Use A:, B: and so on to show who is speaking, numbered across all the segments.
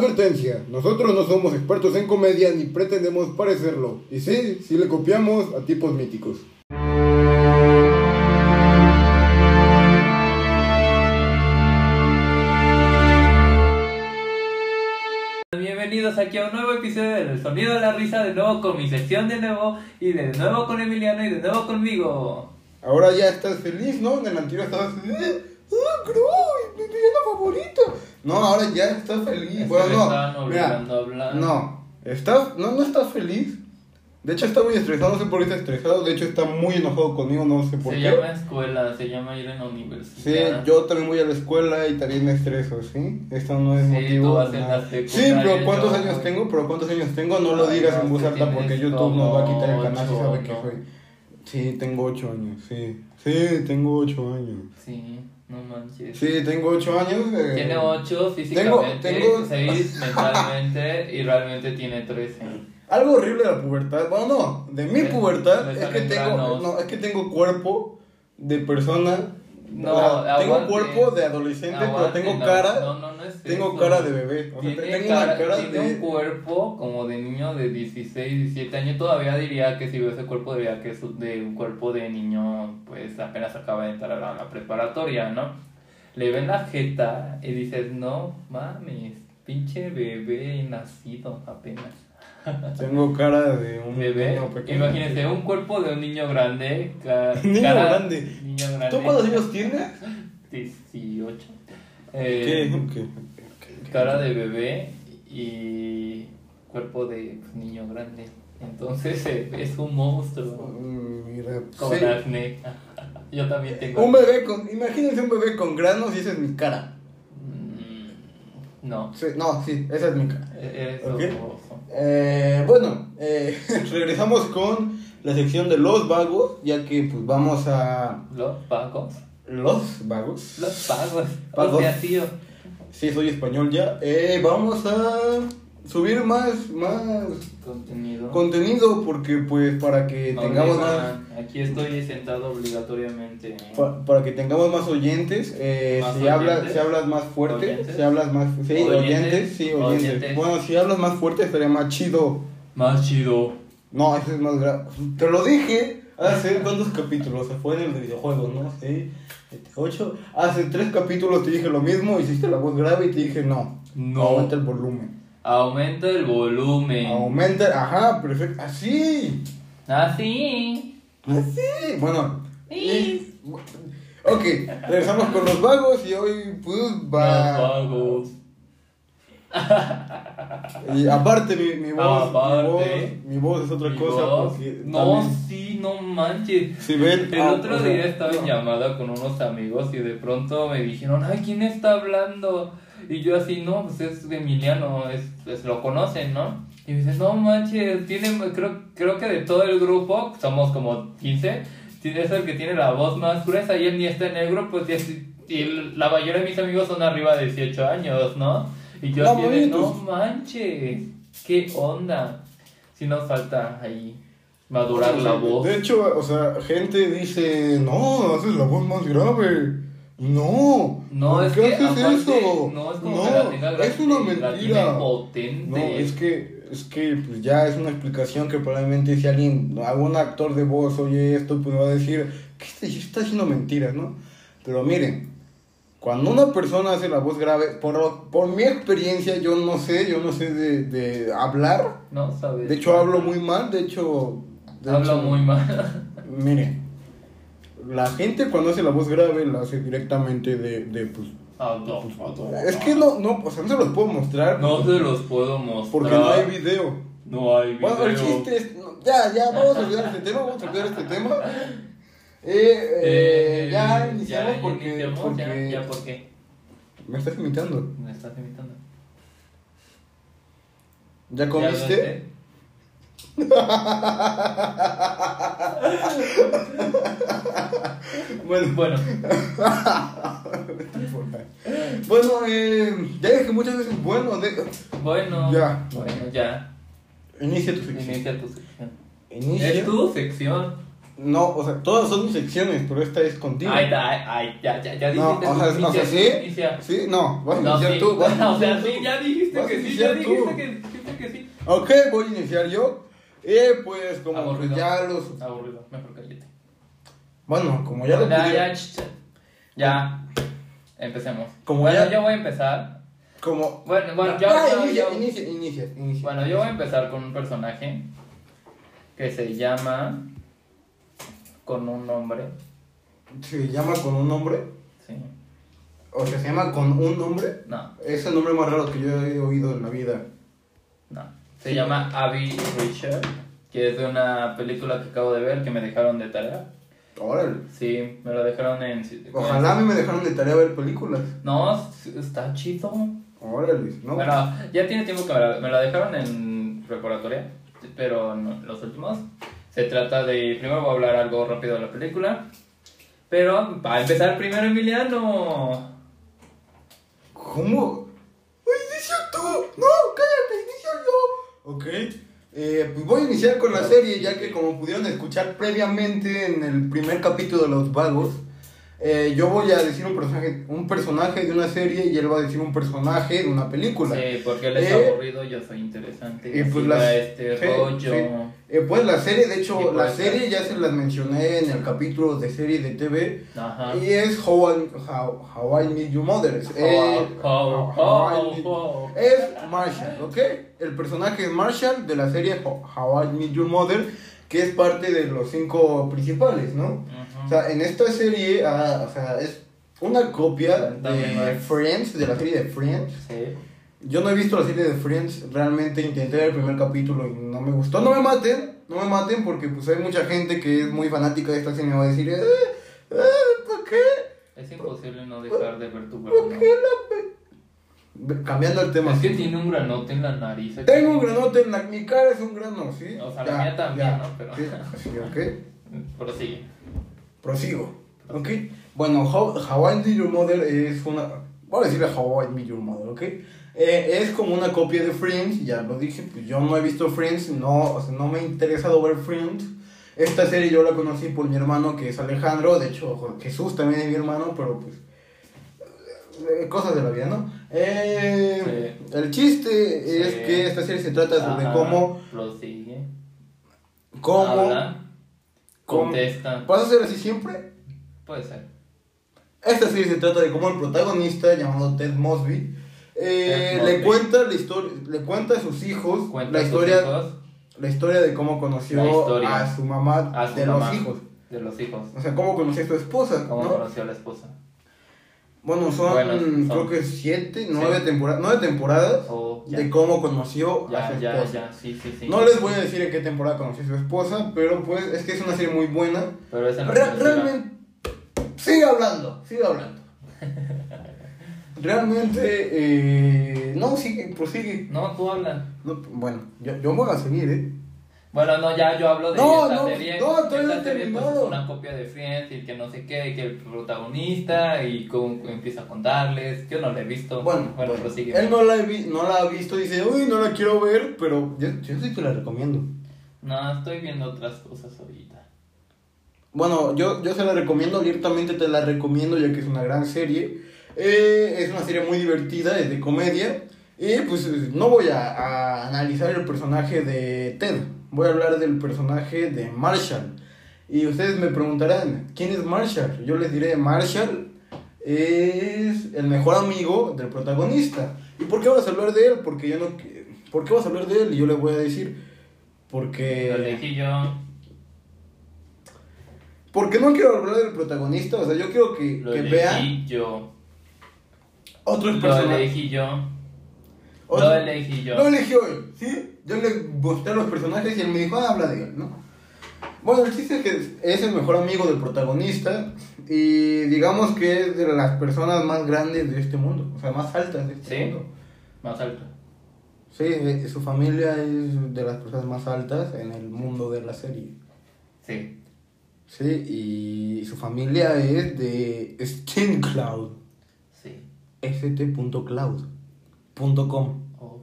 A: Advertencia, nosotros no somos expertos en comedia ni pretendemos parecerlo. Y sí, sí le copiamos a tipos míticos.
B: Bienvenidos aquí a un nuevo episodio del Sonido de la Risa, de nuevo con mi sección de nuevo y de nuevo con Emiliano y de nuevo conmigo.
A: Ahora ya estás feliz, ¿no? En el anterior estabas... ¡Eh! ¡Ah, Groy! ¡Mi villano favorito! No, ahora ya estás feliz.
B: Es
A: Bueno,
B: que me estaban
A: no. Mira,
B: obligando a hablar.
A: no. Estás, no, no estás feliz. De hecho está muy estresado, no sé por qué está estresado. De hecho está muy enojado conmigo, no sé por
B: Se
A: qué.
B: llama escuela, se llama ir a la
A: Sí,
B: universidad.
A: yo también voy a la escuela y también me estreso, ¿sí? Esto no es
B: Sí,
A: motivo.
B: tú vas en
A: nada.
B: la secundaria,
A: sí, pero ¿cuántos
B: yo
A: años
B: voy.
A: tengo? Pero ¿cuántos años tengo? No lo
B: Ay,
A: digas
B: no,
A: en voz
B: tú
A: alta porque
B: tienes
A: YouTube nos va a quitar el
B: como
A: canal si
B: ocho,
A: sabe que
B: ¿no?
A: soy. Sí, tengo 8 años, sí. Sí, tengo 8 años.
B: Sí, no manches.
A: Sí, tengo 8 años. eh,
B: Tiene 8 físicamente,
A: tengo-
B: 6 mentalmente y realmente tiene 13.
A: Algo horrible de la pubertad. Bueno, no, de mi
B: Me-
A: pubertad
B: me
A: es
B: salen
A: que tengo
B: granos.
A: no, es que tengo cuerpo de persona.
B: No,
A: o sea, tengo
B: aguante.
A: cuerpo de adolescente,
B: Aguante,
A: pero tengo
B: no,
A: cara
B: Ah, no, no, no es
A: tengo
B: eso.
A: cara de bebé. O sea,
B: Tiene,
A: tengo
B: cara-
A: una cara
B: tiene
A: de
B: un cuerpo como de niño de 16, 17 años. Todavía diría que si veo ese cuerpo, diría que es de un cuerpo de niño, pues apenas acaba de entrar a la, preparatoria, ¿no? Le ven la jeta y dices, no mames, pinche bebé nacido apenas.
A: Tengo cara de un
B: Bebé,
A: niño pequeño.
B: imagínense un cuerpo de un niño grande. ca-
A: Niño
B: cara-
A: grande.
B: Niño grande.
A: ¿Tú cuántos años tienes?
B: 18. Eh,
A: ¿Qué? ¿Qué?
B: cara de bebé y cuerpo de pues, niño grande. Entonces eh, es un monstruo
A: Mm, Mira,
B: con
A: sí.
B: acné. Yo también tengo.
A: Un bebé con. Imagínense un bebé con granos y esa es mi cara.
B: Mm, No,
A: Sí, no, sí, esa es mi cara.
B: eres
A: Ok.
B: horroroso.
A: Eh, bueno, eh, regresamos con la sección de los vagos, ya que pues vamos a.
B: Los pagos.
A: Los vagos.
B: Los pagos.
A: Pagos.
B: O sea, tío.
A: Sí, soy español ya. Eh, vamos a subir más, más
B: Contenido.
A: contenido porque pues para que
B: No,
A: tengamos
B: no,
A: más.
B: Aquí estoy sentado obligatoriamente.
A: Pa- para que tengamos más oyentes, eh,
B: ¿Más
A: si, habla,
B: oyentes?
A: si hablas más fuerte,
B: ¿Oyentes?
A: si hablas más sí,
B: ¿Oyentes?
A: oyentes, sí, oyentes.
B: Oyentes.
A: Bueno, si hablas más fuerte estaría más chido.
B: Más chido.
A: No, ese es más grave. Te lo dije hace cuántos capítulos, se fue en el videojuego, ¿no? Sí, este, ocho. Hace tres capítulos te dije lo mismo, hiciste la voz grave y te dije no.
B: No.
A: Aumenta el volumen.
B: Aumenta el volumen.
A: Aumenta, ajá, perfecto. Así.
B: Ah, Así.
A: Así. Ah, Bueno.
B: Sí.
A: y- Ok, regresamos con los vagos y hoy pues va...
B: Los pagos.
A: Y aparte mi, mi voz,
B: Aparte.
A: mi voz, mi voz es otra
B: Mi
A: cosa
B: voz.
A: porque
B: No,
A: también-
B: sí, no manches.
A: Si ven,
B: El
A: ah,
B: otro
A: o sea,
B: día estaba en
A: no.
B: llamada con unos amigos y de pronto me dijeron, ay, ¿quién está hablando? Y yo así, no, pues es de Emiliano, es, pues lo conocen, ¿no? Y me dicen, no manches, tiene, creo, creo que de todo el grupo, somos como 15, tiene- es el que tiene la voz más gruesa y él ni está en el grupo, y, es- y la mayoría de mis amigos son arriba de 18 años, ¿no? Y yo
A: No,
B: así de, no
A: mamitos.
B: manches, ¿qué onda? Si nos falta ahí madurar la voz.
A: De hecho, o sea, gente dice, no, haces la voz más grave. No,
B: No,
A: ¿por
B: es
A: qué
B: que
A: haces
B: aparte,
A: eso?
B: no es como que la tenga grande,
A: es una
B: la tiene
A: mentira.
B: potente.
A: No, es que, es que pues, ya es una explicación que probablemente si alguien, algún actor de voz oye esto, pues va a decir, ¿qué está, está haciendo mentiras, no? Pero miren, cuando una persona hace la voz grave, por, lo- por mi experiencia, yo no sé, yo no sé de, de hablar.
B: No sabes.
A: De hecho, hablo muy mal, de hecho... de
B: Habla
A: hecho,
B: muy mal.
A: Miren, la gente cuando hace la voz grave la hace directamente de, de pues...
B: Habla, habla.
A: Es que no, no, o sea, no se los puedo mostrar.
B: No se los puedo mostrar.
A: Porque no hay video.
B: No hay video. Eh,
A: Bueno, el chiste es. no, ya, ya, vamos a olvidar este tema, vamos a olvidar este tema. Eh, eh,
B: Eh,
A: ya iniciamos
B: ya
A: porque.
B: iniciamos,
A: porque
B: Ya, ya, ¿por qué?
A: Me estás imitando.
B: Me estás imitando.
A: ¿Ya
B: ¿Ya
A: comiste?
B: hablaste?
A: bueno,
B: Bueno,
A: bueno, eh, ya dije muchas veces, bueno, de-
B: bueno.
A: Ya.
B: Bueno, ya.
A: inicia tu sección.
B: Inicia tu sección.
A: Inicia.
B: Es tu sección.
A: No, o sea, todas son mis secciones, pero esta es contigo.
B: Ay, ay, ay, ya, ya, ya
A: No,
B: dijiste
A: o sea, es- o
B: tu
A: sea,
B: pinche
A: sí,
B: noticia.
A: sí, no, vas a
B: No,
A: iniciar
B: sí.
A: tú. vas a
B: o sea,
A: iniciar
B: sí,
A: tú.
B: ya dijiste
A: Vas a
B: que sí, ya
A: iniciar tú.
B: dijiste que, dijiste que sí.
A: Ok, voy a iniciar yo. Y pues, como
B: Aburrido.
A: ya los.
B: Aburrido, mejor cállate.
A: Bueno, como ya lo
B: Ya,
A: pudieron-
B: ya, ch- ch- ya. Empecemos.
A: Como
B: bueno,
A: ya-
B: yo voy a empezar.
A: Como.
B: Bueno, bueno, yo,
A: Ah,
B: yo-
A: inicia,
B: yo-
A: inicia, inicia, inicia.
B: bueno, yo voy a empezar con un personaje que se llama con un nombre,
A: Se llama con un nombre.
B: sí.
A: O sea, se llama con un nombre.
B: No,
A: Es el nombre más raro que yo he oído en la vida.
B: no. Se llama Abby Richard, que es de una película que acabo de ver que me dejaron de tarea.
A: Órale.
B: Sí, me lo dejaron en
A: Ojalá a mí me dejaron de tarea ver películas.
B: No, s- está chido.
A: Órale, ¿no?
B: Bueno, ya tiene tiempo que me la, me la dejaron en preparatoria, pero no- los últimos. Se trata de. Primero voy a hablar algo rápido de la película. Pero para empezar, primero Emiliano.
A: ¿Cómo? ¡Pues ¡Inicio tú! ¡No, cállate! ¡Inicio yo! Ok. eh, pues voy a iniciar con la serie, ya que como pudieron escuchar previamente en el primer capítulo de Los Vagos, eh, yo voy a decir un personaje, un personaje de una serie y él va a decir un personaje de una película.
B: Sí, porque él es
A: Eh,
B: aburrido, yo soy interesante.
A: y
B: así
A: pues las-
B: va este
A: sí,
B: rollo.
A: sí. Eh, pues la serie, de
B: Sí,
A: hecho,
B: pues,
A: la
B: ya.
A: serie ya se las mencioné en el capítulo de serie de TV
B: Ajá.
A: y es How I, How, How I Meet Your Mother. Es- eh,
B: How-
A: How
B: how-
A: I Meet-
B: how-
A: Es Marshall, ¿ok? El personaje es Marshall de la serie Ho- How I Meet Your Mother, que es parte de los cinco principales, ¿no?
B: Ujú.
A: O sea, en esta serie, ah, o sea, es una copia
B: También
A: de
B: es.
A: Friends, de la serie de Friends.
B: Sí.
A: Yo no he visto la serie de Friends, realmente intenté ver el primer capítulo y no me gustó. No me maten, no me maten porque pues hay mucha gente que es muy fanática de esta serie y me va a decir, eh, eh, ¿por qué?
B: Es imposible no dejar de ver tu
A: Pues, ¿Por qué
B: granote.
A: la... ve-?" Cambiando el tema.
B: Es que tiene un granote en la nariz. aquí.
A: Tengo un granote en la... Mi cara es un grano, ¿sí?
B: O sea, la mía también, ¿no? Pero-
A: Sí, sí, ok.
B: Prosigue.
A: Prosigo. ¿Ok? Bueno, How, How I Met Your Mother es una... Voy a decirle How I Met Your Mother, ¿ok? Eh, es como una copia de Friends, ya lo dije, pues yo no he visto Friends, no, o sea, no me ha interesado ver Friends. Esta serie yo la conocí por mi hermano que es Alejandro, de hecho Jesús también es mi hermano, pero pues... eh, Cosas de la vida, ¿no? Eh, El chiste es
B: Sí.
A: que esta serie se trata sobre
B: Ajá,
A: cómo...
B: Prosigue.
A: cómo
B: Habla,
A: cómo-
B: contesta.
A: ¿Vas a hacer así siempre?
B: Puede ser.
A: Esta serie Este se trata de cómo el protagonista, llamado Ted Mosby, eh,
B: Ted
A: le
B: Mosby.
A: cuenta la historia, le cuenta a sus hijos
B: Cuenta
A: la
B: sus
A: historia,
B: hijos,
A: la historia de cómo conoció
B: La historia.
A: a su mamá
B: a su
A: de
B: mamá,
A: los hijos,
B: De los hijos.
A: o sea, cómo conoció a su esposa,
B: ¿Cómo
A: ¿no?
B: conoció a la esposa?
A: Bueno, son, mm,
B: Bueno, son-
A: creo que siete,
B: Sí.
A: nueve temporadas, nueve temporadas
B: Oh, ya.
A: de cómo conoció a
B: ya,
A: su
B: ya,
A: esposa.
B: ya, sí, sí, sí.
A: No les voy a decir en qué temporada conoció a su esposa, pero pues es que es una serie muy buena.
B: Pero esa no
A: Re-
B: es
A: realmente. Sigue hablando, sigue hablando. Realmente. eh, no, sigue, prosigue.
B: No, tú hablas.
A: No, bueno, yo, yo voy a seguir, ¿eh?
B: Bueno, no, ya yo hablo de
A: No,
B: esta
A: no,
B: serie.
A: no, todavía no he
B: esta serie pues, es
A: terminado.
B: una copia de Friends y que no sé qué, y que el protagonista y cómo empieza a contarles. Yo no la he visto.
A: Bueno,
B: bueno,
A: bueno,
B: prosigue.
A: él no la, he vi- no la ha visto, dice, uy, no la quiero ver, pero yo, yo sí te la recomiendo.
B: No, estoy viendo otras cosas ahorita.
A: Bueno, yo, yo se la recomiendo, abiertamente te la recomiendo ya que es una gran serie. Eh, es una serie muy divertida, es de comedia. Y pues eh, no voy a, a analizar el personaje de Ted, voy a hablar del personaje de Marshall. Y ustedes me preguntarán, ¿quién es Marshall? Yo les diré, Marshall es el mejor amigo del protagonista. ¿Y por qué vas a hablar de él? Porque yo no... qui- ¿Por qué vas a hablar de él? Y yo le voy a decir, porque...
B: Lo elegí yo.
A: Porque no quiero hablar del protagonista, o sea, yo quiero que,
B: Lo
A: que
B: elegí
A: vean
B: yo.
A: otros
B: Lo
A: personajes.
B: elegí yo.
A: Otro-
B: Lo elegí yo.
A: Lo elegí hoy, ¿sí? Yo le mostré los personajes y él me dijo, ah, habla de él, ¿no? Bueno, el chiste es que es el mejor amigo del protagonista y digamos que es de las personas más grandes de este mundo, o sea, más altas de este
B: Sí.
A: mundo.
B: Más alto.
A: Sí, eh, su familia es de las personas más altas en el mundo de la serie.
B: Sí.
A: Sí, y su familia es de Steam Cloud.
B: Sí.
A: st.cloud.com.
B: Oh.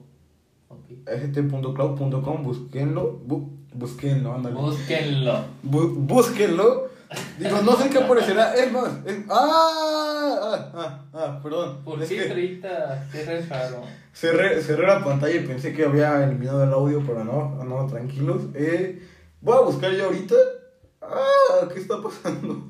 B: Ok.
A: st.cloud.com, búsquenlo, bu- búsquenlo, ándale.
B: Búsquenlo.
A: Bu- búsquenlo. Digo, no sé qué aparecerá. Es más, es- ¡Ah! Ah, ah, ah, perdón.
B: ¿Por
A: Es
B: qué
A: que
B: 30? Qué re raro.
A: cerré, cerré la pantalla y pensé que había eliminado el audio, pero no, no, tranquilos. Eh, voy a buscar yo ahorita. ¡Ah! ¿Qué está pasando?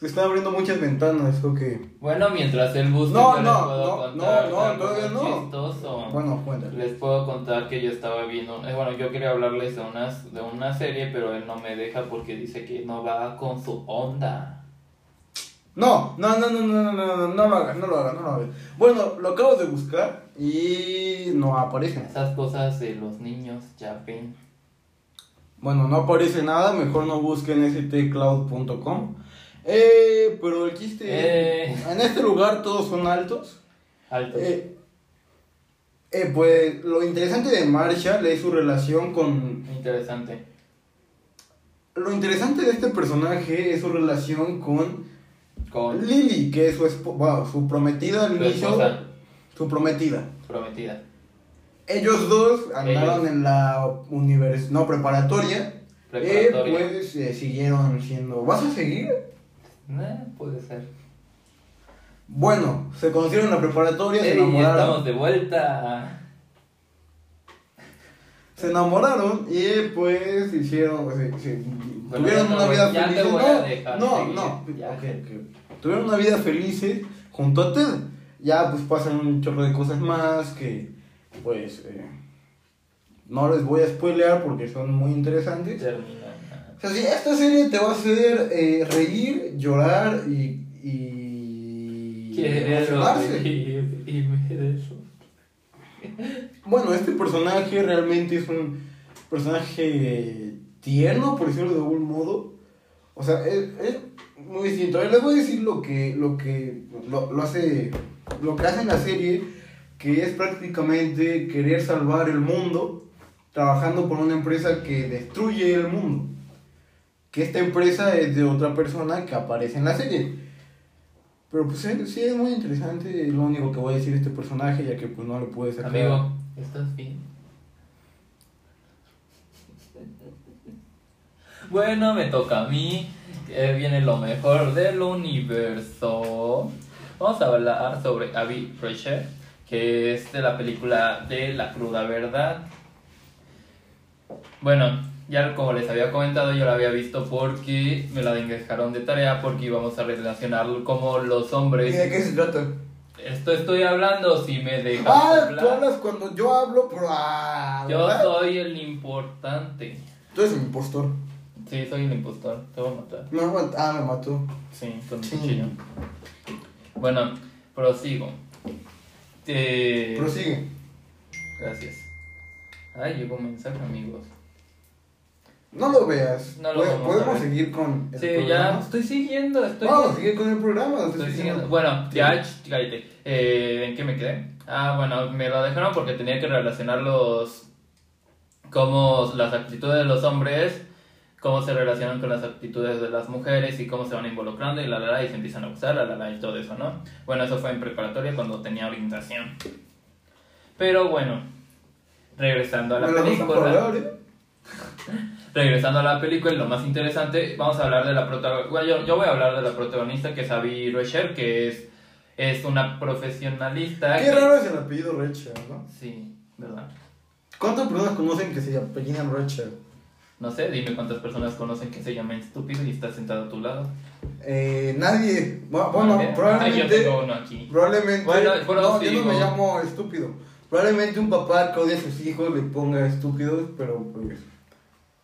A: Se están abriendo muchas ventanas, ok.
B: Bueno, mientras él busca,
A: No,
B: yo
A: no,
B: les
A: no,
B: puedo contar
A: no, no,
B: algo
A: todavía no.
B: chistoso.
A: Bueno, cuéntale.
B: Les puedo contar que yo estaba viendo, eh, bueno, yo quería hablarles de unas de una serie, pero él no me deja porque dice que no va con su onda.
A: No, no, no, no, no, no, no, no, no lo hagas, no lo hagas, no lo hagas. Bueno, lo acabo de buscar y no aparece.
B: Esas cosas de los niños, ya ven.
A: Bueno, no aparece nada, mejor no busquen stcloud.com. Eh, pero el chiste
B: Eh.
A: es, en este lugar todos son altos.
B: Altos.
A: Eh, eh, pues lo interesante de Marshall es su relación con...
B: Interesante.
A: Lo interesante de este personaje es su relación con
B: Con
A: Lily, que es su, esp- bueno, su prometida al
B: su
A: inicio.
B: esposa
A: Su prometida.
B: prometida.
A: Eh, Ellos dos andaron
B: Ellos.
A: en la universidad, no, preparatoria. Eh,
B: Preparatoria.
A: pues eh, siguieron siendo. ¿Vas a seguir? pues.
B: Eh, puede ser.
A: Bueno, se conocieron en la preparatoria, se
B: Ey,
A: enamoraron.
B: Eh, estamos de vuelta.
A: Se enamoraron y pues hicieron. se- se-
B: Bueno, ya
A: tuvieron
B: te
A: una
B: voy-
A: vida
B: ya te
A: feliz.
B: voy a dejar
A: no,
B: seguir,
A: no,
B: ya.
A: ok, ok. Tuvieron una vida feliz junto a Ted. Ya pues pasan un chorro de cosas más que. Pues. eh, no les voy a spoilear porque son muy interesantes.
B: Termina.
A: O sea, sí, esta serie te va a hacer eh, reír, llorar y. y.
B: Quiero
A: emocionarse.
B: reír y me dejo.
A: Bueno, este personaje realmente es un personaje tierno, por decirlo de algún modo. O sea, es, es muy distinto. A ver, les voy a decir lo que. lo que. lo, lo hace. lo que hace en la serie, que es prácticamente querer salvar el mundo trabajando por una empresa que destruye el mundo. Que esta empresa es de otra persona que aparece en la serie. Pero pues sí, sí es muy interesante, es lo único que voy a decir de este personaje, ya que pues no lo pude sacar.
B: Amigo, ¿estás bien? Bueno, me toca a mí. Eh, viene lo mejor del universo. Vamos a hablar sobre Abby Preacher, que es de la película de La Cruda Verdad. Bueno, ya como les había comentado, yo la había visto porque me la dejaron de tarea porque íbamos a relacionarlo como los
A: ¿Y
B: hombres.
A: de qué se trata?
B: Esto estoy hablando si me dejas
A: Ah,
B: hablar.
A: tú hablas cuando yo hablo, pero ah,
B: Yo
A: ¿verdad?
B: soy el importante.
A: Tú eres un impostor.
B: Sí, soy el impostor. Te voy a matar.
A: Me aguant- ah, me mató.
B: Sí, con mi
A: Sí.
B: cuchillo. Bueno, prosigo. Eh,
A: Prosigue.
B: gracias. Ay, llegó un mensaje, amigos.
A: No lo veas.
B: No lo
A: Pod-
B: vamos a
A: Podemos
B: ver.
A: seguir con el
B: Sí, ya
A: programa.
B: estoy siguiendo, estoy.
A: Vamos a seguir con el programa. no te
B: Estoy
A: estoy
B: siguiendo.
A: diciendo.
B: Bueno, ya, ch- cállate. Eh, ¿En qué me quedé? Ah, bueno, me lo dejaron porque tenía que relacionar los. cómo las actitudes de los hombres, cómo se relacionan con las actitudes de las mujeres y cómo se van involucrando y la la la, y se empiezan a usar, la la la y todo eso, ¿no? Bueno, eso fue en preparatoria cuando tenía orientación. Pero bueno, regresando a la
A: Me la vas a
B: película.
A: pagar, ¿eh?
B: Regresando a la película, lo más interesante, vamos a hablar de la protagonista. Bueno, yo, yo voy a hablar de la protagonista que es Abby Rocher, que es, es una profesionalista.
A: Qué
B: que-
A: raro es el apellido Rachel, ¿no?
B: Sí, ¿verdad?
A: ¿Cuántas personas conocen que se apellidan Rachel?
B: No sé, dime cuántas personas conocen que se llaman estúpido y está sentado a tu lado.
A: Eh, nadie. Bu- Bueno,
B: Ah, yo
A: probablemente.
B: tengo uno aquí.
A: Probablemente.
B: Bueno, bueno,
A: no,
B: sí,
A: yo no me
B: digo-
A: llamo estúpido. Probablemente un papá que odia a sus hijos le ponga estúpidos, pero pues.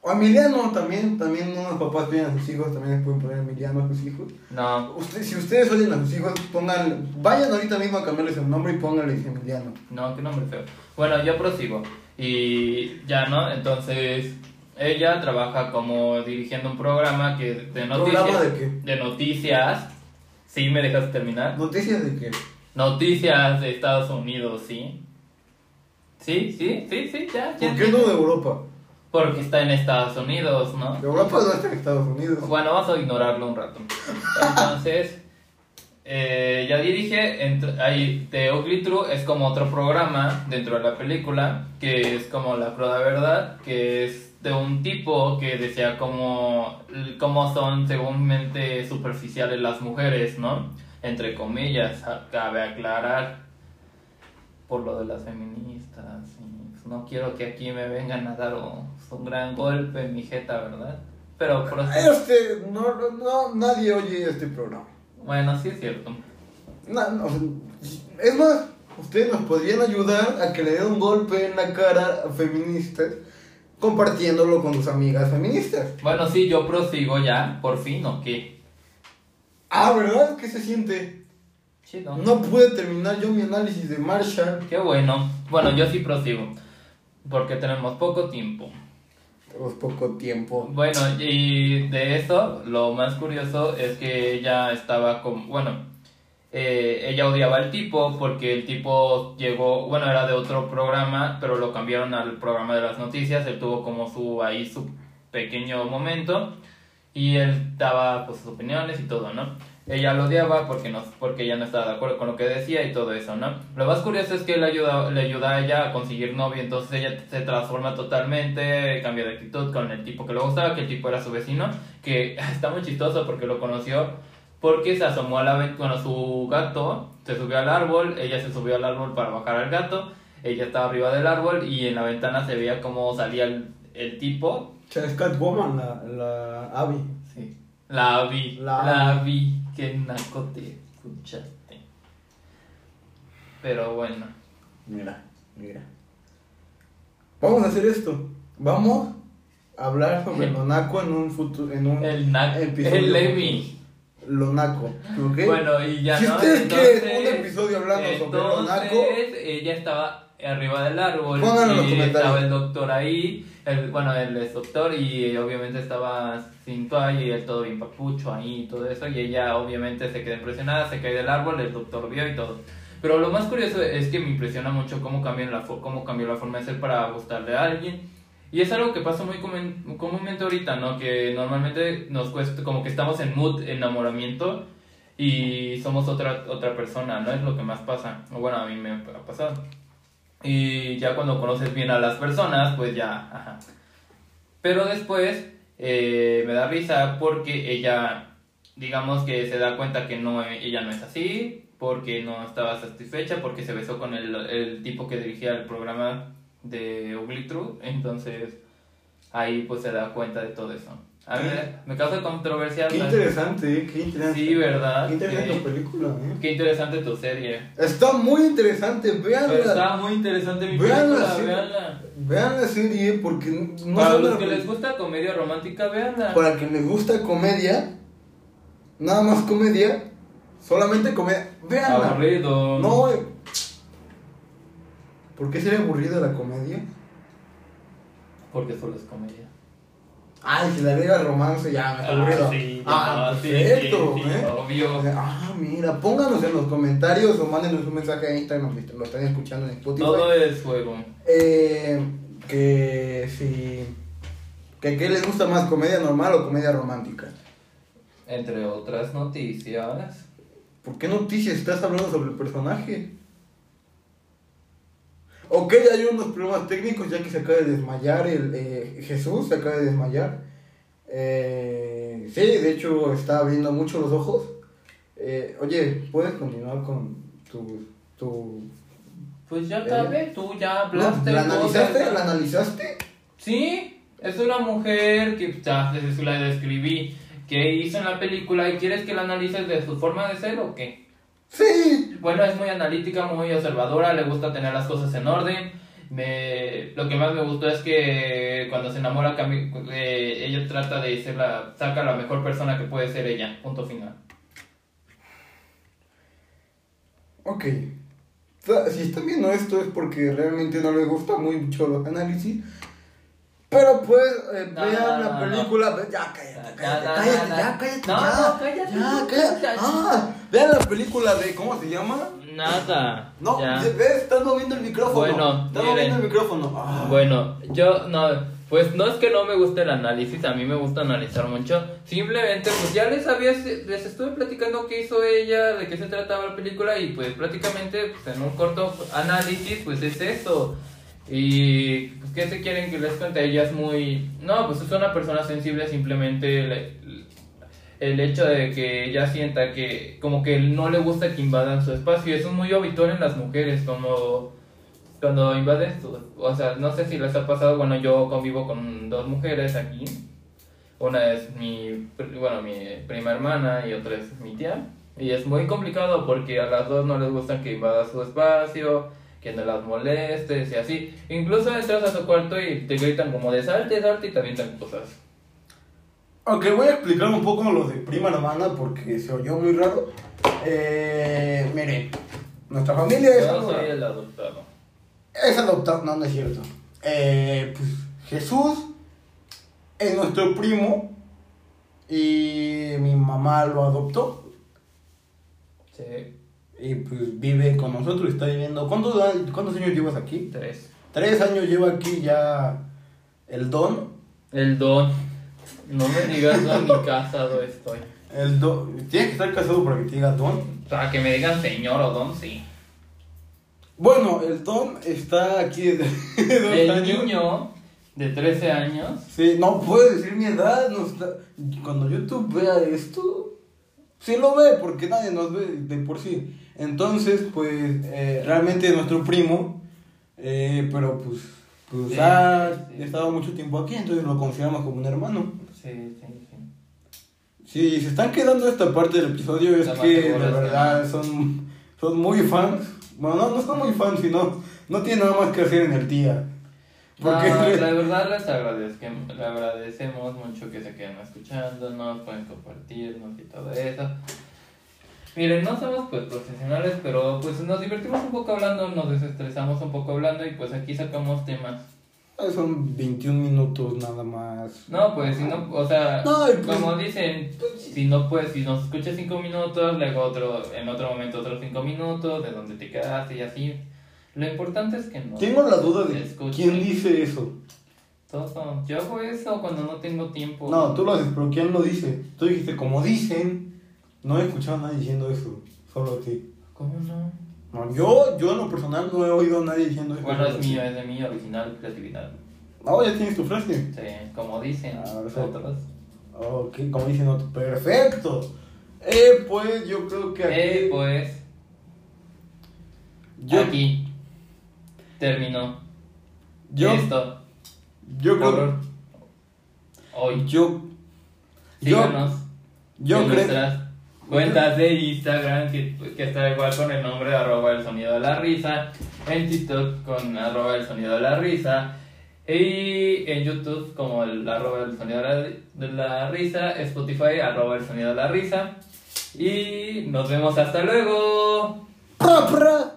A: O Emiliano también, también unos papás que odian a sus hijos, también les pueden poner Emiliano a sus hijos.
B: No,
A: Usted- si ustedes odian a sus hijos, pongan, vayan ahorita mismo a cambiarles el nombre y pónganles Emiliano.
B: no, qué nombre feo. Bueno, yo prosigo. Y ya, ¿no? Entonces, ella trabaja como dirigiendo un programa que de noticias.
A: ¿Programa de qué?
B: de noticias. Sí, me dejas terminar.
A: ¿Noticias de qué?
B: Noticias de Estados Unidos, ¿sí? Sí, sí, sí, sí, ya, ya.
A: ¿Por qué no de Europa?
B: Porque está en Estados Unidos, ¿no?
A: Europa no está en Estados Unidos.
B: Bueno, vamos a ignorarlo un rato. Entonces, eh, ya dije, ent- ahí, The Ugly True es como otro programa dentro de la película, que es como La Cruda Verdad, que es de un tipo que decía como, cómo son segúnmente superficiales las mujeres, ¿no? Entre comillas, a- cabe aclarar, por lo de las feministas. y, pues, no quiero que aquí me vengan a dar un, un gran golpe en mi jeta, ¿verdad? Pero, por eso-
A: Este, no, no, no, nadie oye este programa.
B: bueno, sí es cierto.
A: Na- no, o sea, es más, ustedes nos podrían ayudar a que le den un golpe en la cara a feministas compartiéndolo con sus amigas feministas.
B: Bueno, sí, yo prosigo ya, por fin, ¿o qué?
A: Ah, ¿verdad? ¿Qué se siente?
B: Chido.
A: No pude terminar yo mi análisis de Marshall.
B: Qué bueno. Bueno, yo sí prosigo, porque tenemos poco tiempo.
A: Tenemos poco tiempo.
B: Bueno, y de eso, lo más curioso es que ella estaba con... Bueno, eh, ella odiaba al tipo porque el tipo llegó, bueno, era de otro programa, pero lo cambiaron al programa de las noticias, él tuvo como su ahí su pequeño momento y él daba pues sus opiniones y todo, ¿no? Ella lo odiaba porque no porque ella no estaba de acuerdo con lo que decía y todo eso, ¿no? Lo más curioso es que él ayuda, le ayuda a ella a conseguir novio, entonces ella se transforma totalmente, cambia de actitud con el tipo que le gustaba, que el tipo era su vecino, que está muy chistoso porque lo conoció porque se asomó a la ventana bueno, su gato, se subió al árbol, ella se subió al árbol para bajar al gato, ella estaba arriba del árbol y en la ventana se veía cómo salía el, el tipo.
A: O sea, es Catwoman, la, la Abby.
B: Sí. La vi, la,
A: La-
B: vi, qué naco te escuchaste. Pero bueno,
A: Mira, mira. Vamos a hacer esto. Vamos a hablar sobre lo naco en un futuro. En un
B: el naco,
A: episodio.
B: el Lemmy.
A: Lo naco. ¿Ok?
B: Bueno, y ya
A: si
B: no.
A: ustedes
B: entonces-
A: quieren un episodio hablando sobre lo naco.
B: Entonces, ella estaba arriba del árbol
A: Pónganlo en los
B: y
A: comentarios.
B: estaba el doctor ahí, el, bueno, el ex doctor y obviamente estaba sin toalla y él todo bien papucho ahí y todo eso y ella obviamente se queda impresionada, se cae del árbol, el doctor vio y todo. Pero lo más curioso es que me impresiona mucho cómo cambió la, fo- cómo cambió la forma de ser para gustarle a alguien. Y es algo que pasa muy comen- comúnmente ahorita, ¿no? Que normalmente nos cuesta, como que estamos en mood enamoramiento y somos otra, otra persona, ¿no? Es lo que más pasa. O Bueno, a mí me ha pasado. Y ya cuando conoces bien a las personas, pues ya, ajá. Pero después eh, me da risa porque ella, digamos que se da cuenta que no, ella no es así, porque no estaba satisfecha, porque se besó con el, el tipo que dirigía el programa de Ugly Truth. Entonces ahí pues se da cuenta de todo eso. A mí me causa controversia.
A: Eh. Qué
B: la-
A: interesante, eh, qué interesante.
B: Sí, ¿verdad?
A: Qué interesante
B: Sí.
A: tu película, eh.
B: Qué interesante tu serie.
A: Está muy interesante,
B: Pero
A: veanla.
B: está muy interesante mi
A: Veanla,
B: película,
A: sí.
B: veanla.
A: Vean la serie porque no
B: Para
A: solo
B: los
A: la
B: que
A: peli-
B: les gusta comedia romántica, veanla.
A: Para quien les gusta comedia, nada más comedia, solamente comedia. Veanla.
B: Aburrido.
A: No, eh. ¿Por qué sería aburrida la comedia?
B: Porque solo es comedia.
A: Ay, si le agrega romance, ya, me está Ah, aburrido.
B: sí,
A: ah,
B: no, sí,
A: perfecto,
B: sí, sí,
A: ¿eh?
B: Obvio.
A: Ah, mira, pónganos en los comentarios o mándenos un mensaje a Instagram, los- lo están escuchando en Spotify.
B: Todo es juego.
A: Eh, que si. Que qué les gusta más, comedia normal o comedia romántica.
B: Entre otras noticias.
A: ¿Por qué noticias estás hablando sobre el personaje? Ok, hay unos problemas técnicos ya que se acaba de desmayar el eh, Jesús, se acaba de desmayar. Eh, sí, de hecho está abriendo mucho los ojos. Eh, oye, ¿puedes continuar con tu... tu...
B: Pues ya
A: Eh.
B: acabé, tú ya
A: ¿La,
B: hablaste.
A: la
B: cosas.
A: analizaste? ¿La analizaste?
B: Sí, es una mujer que pues, ya se la describí, que hizo en la película y quieres que la analices de su forma de ser o qué.
A: Sí.
B: Bueno, es muy analítica, muy observadora, le gusta tener las cosas en orden. Me, lo que más me gustó es que cuando se enamora, cami- eh, ella trata de ser la, saca la mejor persona que puede ser ella. Punto final.
A: Ok. O sea, Si están viendo esto es porque realmente no les gusta mucho los análisis. Pero pues, eh,
B: No,
A: vean
B: no,
A: la
B: no,
A: película. ve- Ya, cállate,
B: No,
A: cállate,
B: no,
A: cállate,
B: no,
A: ya,
B: no.
A: cállate.
B: No,
A: ya,
B: no, cállate,
A: Ya, cállate.
B: muchacho.
A: Ah, vean la película de. ¿Cómo se llama?
B: Nada.
A: No, ve, estás moviendo el micrófono.
B: Bueno,
A: estás
B: miren.
A: moviendo el micrófono. Ah.
B: Bueno, yo no. Pues no es que no me guste el análisis, a mí me gusta analizar mucho. Simplemente, pues ya les había, les estuve platicando qué hizo ella, de qué se trataba la película y pues prácticamente pues, en un corto análisis, pues es eso. Y pues, qué se quieren que les cuente, ella es muy... No, pues es una persona sensible, simplemente le- el hecho de que ella sienta que como que no le gusta que invadan su espacio. Eso es muy habitual en las mujeres, como cuando invaden su... O sea, no sé si les ha pasado, bueno, yo convivo con dos mujeres aquí. Una es mi, pr- bueno, mi prima hermana y otra es mi tía. Y es muy complicado porque a las dos no les gusta que invada su espacio, que no las molestes y así. Incluso entras a su cuarto y te gritan como de salte, salte y te avientan cosas.
A: Aunque voy a explicar un poco lo de prima hermana porque se oyó muy raro. Eh, miren, nuestra familia es...
B: Yo
A: algo
B: soy
A: rara.
B: el adoptado.
A: Es adoptado, no, no es cierto. Eh, pues, Jesús es nuestro primo y mi mamá lo adoptó
B: Sí,
A: y pues vive con nosotros, está viviendo. ¿Cuántos, a- cuántos años llevas aquí?
B: tres.
A: Tres años lleva aquí ya el don.
B: El don. No me digas a mi casado estoy.
A: El don. Tienes que estar casado para que te diga don.
B: Para que me digan señor o don, sí.
A: Bueno, el don está aquí desde dos
B: El
A: años.
B: niño de 13 años.
A: Sí, no puedo decir mi edad. no está- Cuando YouTube vea esto, sí lo ve, porque nadie nos ve de por sí. Entonces, pues, eh, realmente es nuestro primo, eh, pero pues, pues
B: Sí,
A: ha
B: sí.
A: estado mucho tiempo aquí, entonces lo consideramos como un hermano.
B: Sí, sí, sí.
A: Si se están quedando esta parte del episodio, es
B: La más
A: que de
B: segura es que
A: verdad son, son muy fans. Bueno, no, no son muy fans, sino no tienen nada más que hacer en el día.
B: Ah,
A: Porque
B: No, la verdad les agradezquem- le agradecemos mucho que se queden escuchándonos, pueden compartirnos y todo eso. Miren, no somos pues profesionales, pero pues nos divertimos un poco hablando, nos desestresamos un poco hablando y pues aquí sacamos temas.
A: son 21 minutos nada más.
B: No, pues si no, o sea,
A: No, y pues-
B: como dicen, si no pues si nos escuchas cinco minutos, luego otro, en otro momento otros cinco minutos, de donde te quedaste y así. Lo importante es que no.
A: Tengo la duda de
B: Escucha.
A: quién dice eso.
B: Todo. Yo hago eso cuando no tengo tiempo.
A: No, tú lo haces, pero ¿quién lo dice? Tú dijiste, como dicen, no he escuchado a nadie diciendo eso, solo a ti.
B: ¿Cómo no?
A: No, yo, yo en lo personal no he oído a nadie diciendo eso.
B: Bueno,
A: solo
B: es
A: a ti.
B: mío, es de mi original creatividad.
A: Oh, ya tienes tu frase.
B: Sí, como dicen
A: Ah, perfecto.
B: otros.
A: Ok, como dicen otros. Perfecto. Eh, pues yo creo que aquí.
B: Eh, pues,
A: yo,
B: aquí terminó
A: yo,
B: esto.
A: yo creo.
B: por Hoy.
A: Yo, yo,
B: Síganos.
A: yo
B: en
A: creo.
B: nuestras cuentas de Instagram, que, que está igual con el nombre de arroba el sonido de la risa, en TikTok con arroba el sonido de la risa, y en YouTube como el arroba el sonido de la, de la risa, Spotify arroba el sonido de la risa, y nos vemos hasta luego.
A: ¡Pra, pra!